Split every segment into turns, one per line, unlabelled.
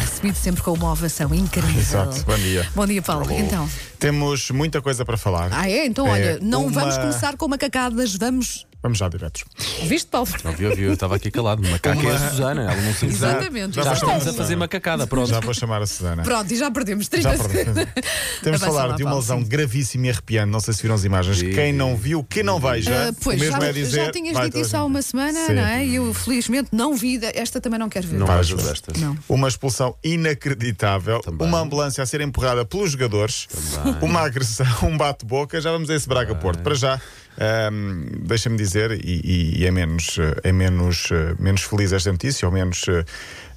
recebido sempre com uma ovação incrível.
Exato. Bom dia.
Bom dia, Paulo.
Alô.
Então.
Temos muita coisa para falar.
Ah, é? Então,
É,
olha, não
uma-
vamos começar com macacadas, vamos.
Vamos já diretos.
Viste, Paulo?
Não viu, viu, eu estava aqui calado. Macaca é a Susana, ela não se
Exatamente.
Já
Já
foste
estamos a
Susana.
fazer macacada, pronto.
Já vou chamar a Susana.
Pronto, e já perdemos
Já
30
perdemos.
segundos.
Temos de
Avança
falar
lá,
de uma
Paulo,
lesão
sim.
gravíssima e arrepiante. Não sei se viram as imagens.
Sim.
Quem não viu, quem não vai já.
Ah, pois,
o mesmo
já,
é dizer.
já tinhas
vai
dito
toda
isso
a
há
gente.
uma semana,
Sim.
não é? E eu felizmente não vi, esta também não quero ver.
Não
Vai,
vejo
Susana.
destas.
Não.
Uma expulsão inacreditável,
Também.
uma ambulância a ser empurrada pelos jogadores, uma agressão, um bate-boca. Já vamos a esse Braga-Porto. Para já, ahm, deixa-me dizer, e, e- e é, menos, eh, é menos, eh, menos feliz esta notícia, ou menos. eh,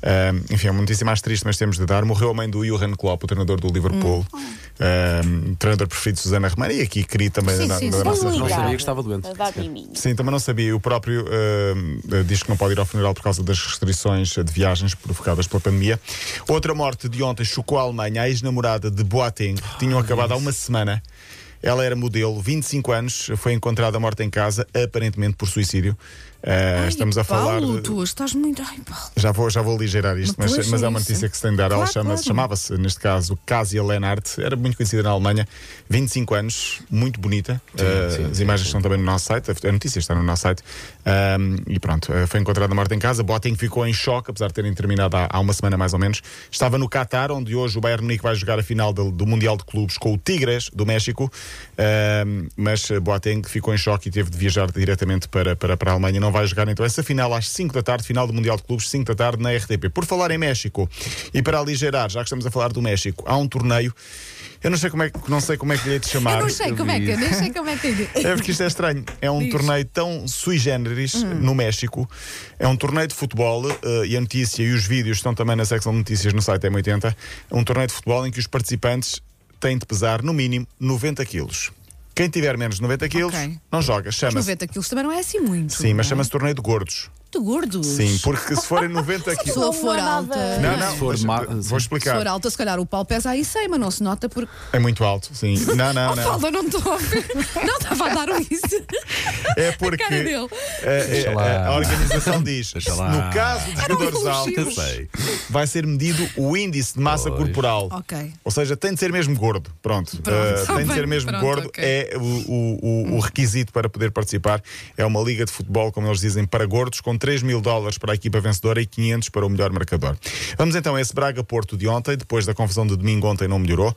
ahm, enfim, é uma notícia mais triste, mas temos de dar. Morreu a mãe do Johan Klopp, o treinador do Liverpool,
Hum.
ahm, treinador preferido de Susana Romana, e aqui queria também
Sim,
da-
sim,
da
sim.
nossa
Não
relação.
sabia que estava doente.
Vai dar miminho.
Sim, também não sabia. O próprio ah, diz que não pode ir ao funeral por causa das restrições de viagens provocadas pela pandemia. Outra morte de ontem chocou a Alemanha. A ex-namorada de Boateng, que tinham acabado há uma semana. Ela era modelo, 25 anos, foi encontrada morta em casa, aparentemente por suicídio. Ah,
Ai,
estamos a
Paulo,
falar. de-
tu estás muito. Ai, Paulo.
já vou, já vou aligerar isto,
Mas
mas,
pois
mas
é
é uma
isso.
notícia que se tem de dar.
Claro,
Ela chama-
claro.
chamava-se, neste caso, Casia Lennart, era muito conhecida na Alemanha, 25 anos, muito bonita. Ah,
sim,
as
sim,
imagens estão também no nosso site, a- a notícia está no nosso site. Ah, e pronto, ah, foi encontrada morta em casa. Boateng ficou em choque, apesar de terem terminado há, há uma semana mais ou menos. Estava no Qatar, onde hoje o Bayern Munique vai jogar a final do, do Mundial de Clubes com o Tigres do México. Ah, mas ah, Boateng ficou em choque e teve de viajar diretamente para, para, para a Alemanha. Não vai jogar então essa final às 5 da tarde, final do Mundial de Clubes, 5 da tarde na RTP. Por falar em México, e para aligerar, já que estamos a falar do México, há um torneio. Eu não sei como é que não sei como é que lhe hei de chamar.
Eu não sei como é que, eu nem sei como é que.
É porque isto é estranho. É um
Diz. Hum.
torneio tão sui generis no México. É um torneio de futebol eh, e a notícia e os vídeos estão também na secção de notícias no site M80. É um torneio de futebol em que os participantes têm de pesar no mínimo 90 quilos. Quem tiver menos de 90 quilos
Ok.
não joga. Chama-se.
90 quilos também não é assim muito.
Sim, mas
não é?
chama-se torneio de gordos.
de gordos.
Sim, porque se forem 90
Se a
quilos.
pessoa
Não
for
há
alta.
nada.
Não, é não,
Se for
deixa-
ma-
vou
Se
explicar.
for alta, se calhar o pau pesa aí 100, mas não se nota porque.
É muito alto, sim. Não, não,
Oh,
não.
Paulo, eu não estou a ver. Não estava a dar um isso.
É porque
cara dele.
é, é,
lá.
é, a organização diz:
Deixa lá.
no caso de
Eram
jogadores
elogios.
altos, vai ser medido o índice de massa
Pois.
corporal.
Ok.
Ou seja, tem de ser mesmo gordo. Pronto.
Pronto,
Eh,
tá
tem de
bem.
ser mesmo
Pronto,
gordo.
ok.
É o, o- o- o requisito para poder participar. É uma liga de futebol, como eles dizem, para gordos, com 3 mil dólares para a equipa vencedora e 500 para o melhor marcador. Vamos então a esse Braga-Porto de ontem. Depois da confusão de domingo, ontem não melhorou.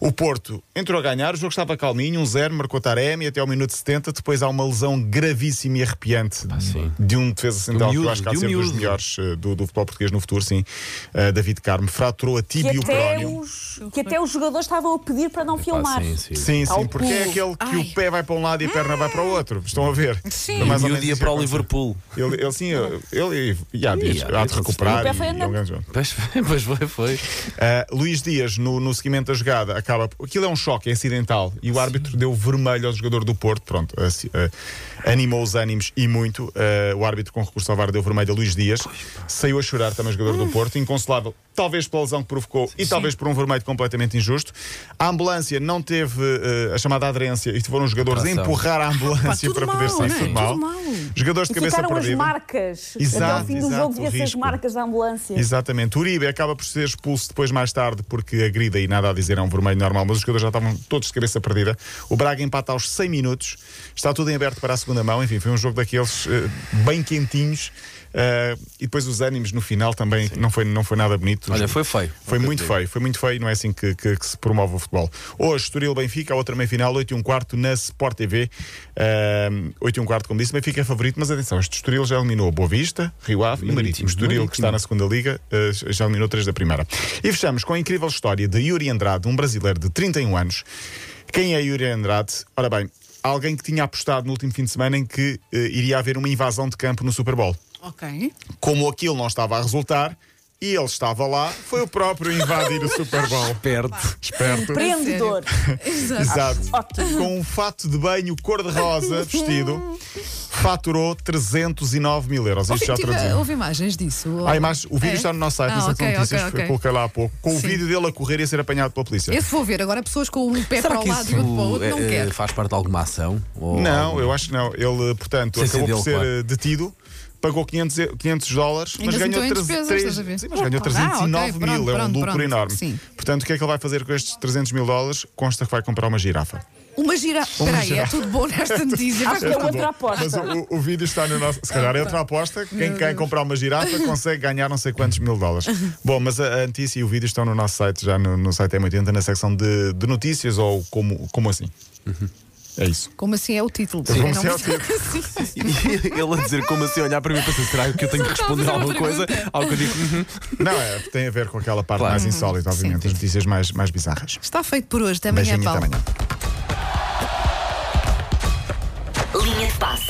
O Porto entrou a ganhar, o jogo estava calminho, 1-0, marcou Taremi até ao minuto 70. Depois há uma lesão gravíssima e arrepiante
Ah, sim.
de um defesa central que eu
miúdo,
acho que há de
de um
ser dos
miúdo.
melhores eh, do, do futebol português no futuro, sim. Eh, David Carmo fraturou a
Que
tibia e o
até,
prónio.
os, que até os jogadores estavam a pedir para não filmar.
sim, sim.
Sim,
Ao
sim, porque é aquele
pulo.
que
Ai.
o pé vai para um lado e a perna vai para o outro. Estão a ver?
Sim.
Foi mais ou
E o
menos
dia
isso
para
que
o Liverpool.
aconteceu. Ele, ele sim, ele, ele e há dias,
há
há de
dias,
recuperar.
o pé foi
e- e é um
andando.
grande jogo.
Pois foi, pois foi, foi.
Ah, Luís Dias, no, no seguimento da jogada, acaba. Aquilo é um choque, é acidental. E o árbitro deu vermelho ao jogador do Porto. Pronto, assim, ah, animou os ânimos e muito. Ah, o árbitro, com recurso ao VAR, deu vermelho a Luís Dias. Saiu a chorar também o jogador do Porto, inconsolável, talvez pela lesão que provocou e talvez por um vermelho completamente injusto. A ambulância não teve ah, a chamada aderência e foram os jogadores a
Tração.
empurrar a ambulância
tudo
para poder
mal,
sair.
não é?
Tudo
Tudo
mal.
mal.
Jogadores de
E
cabeça
ficaram as
perdida.
marcas. até
Exato,
ao fim do
exato,
jogo
o
via-se as
risco.
marcas da ambulância.
Exatamente. Uribe acaba por ser expulso depois mais tarde porque agrida e nada a dizer é um vermelho normal, mas os jogadores já estavam todos de cabeça perdida. O Braga empata aos 100 minutos, está tudo em aberto para a segunda mão. Enfim, foi um jogo daqueles eh, bem quentinhos. eh, e depois os ânimos no final também não foi, não foi nada bonito.
Olha, foi feio.
Foi muito feio, foi muito feio, não é assim que, que- que se promove o futebol. Hoje, Estoril Benfica, a outra meia-final, 8 e um quarto na Sport TV. Ahm, 8 e um quarto, como disse, Benfica é favorito, mas atenção, este Estoril já eliminou Boa Vista, Rio Ave e Marítimo.
Marítimo,
Estoril, que
Marítimo.
está na segunda liga, eh, já eliminou três da primeira. E fechamos com a incrível história de Yuri Andrade, um brasileiro de 31 anos. Quem é Yuri Andrade? Ora bem, alguém que tinha apostado no último fim de semana em que eh, iria haver uma invasão de campo no Super Bowl
Ok.
como aquilo não estava a resultar e ele estava lá, foi o próprio a invadir o Super Bowl.
Perto.
Esperto.
Empreendedor.
Exato.
Exato.
Ótimo.
Com um fato de banho cor-de-rosa vestido, faturou 309 mil euros. Isto já
Tive-
traduzido.
houve imagens disso.
Ah, mas o vídeo
É?
está no nosso site,
Ah,
na secção
ok,
de notícias,
ok,
que
ok.
eu coloquei lá há pouco. Com o
Sim.
vídeo dele a correr e a ser apanhado pela polícia.
Esse vou ver. Agora, pessoas com um pé
Será
para
que
o lado e outro para o outro,
isso
não
eh,
quero.
faz parte de alguma ação? Ou
Não,
algo?
eu acho que não. Ele, portanto,
Sem ser
acabou por
dele,
ser
claro.
eh, detido pagou 500, e- 500 dólares,
Ainda
mas
se
ganhou,
meteu em
treze-
despesas,
três-
estás a ver?
sim, mas ganhou
Opa,
309
ah, ok,
mil,
pronto,
é um
pronto,
lucro
pronto,
enorme.
sim.
Portanto, o que é que ele vai fazer com estes 300 mil dólares? Consta que vai comprar uma girafa.
Uma girafa. Espera aí, é
girafa.
tudo bom nesta notícia.
Acho que é
Vai-
outra
Mas
aposta. Ah,
o, o vídeo está no nosso. Se calhar é outra aposta. Quem quer comprar uma girafa consegue ganhar não sei quantos mil dólares. Bom, mas a, a notícia e o vídeo estão no nosso site, já no, no site M80, na secção de, de notícias ou como, como assim. É isso.
Como assim é o título?
Como
Eu
assim é o
Sim, sim, sim.
E ele a dizer como assim, olhar para mim e pensar, será que eu tenho que
Só estava a
responder
fazer
alguma
uma
coisa?
pergunta.
Algo que eu digo, uhum.
Não, é, tem a ver com aquela parte
Claro.
mais insólita, obviamente,
Sim.
as notícias mais, mais bizarras.
Está feito por hoje. Até amanhã,
Beijinho e
Paulo.
até amanhã.
Linha de passe.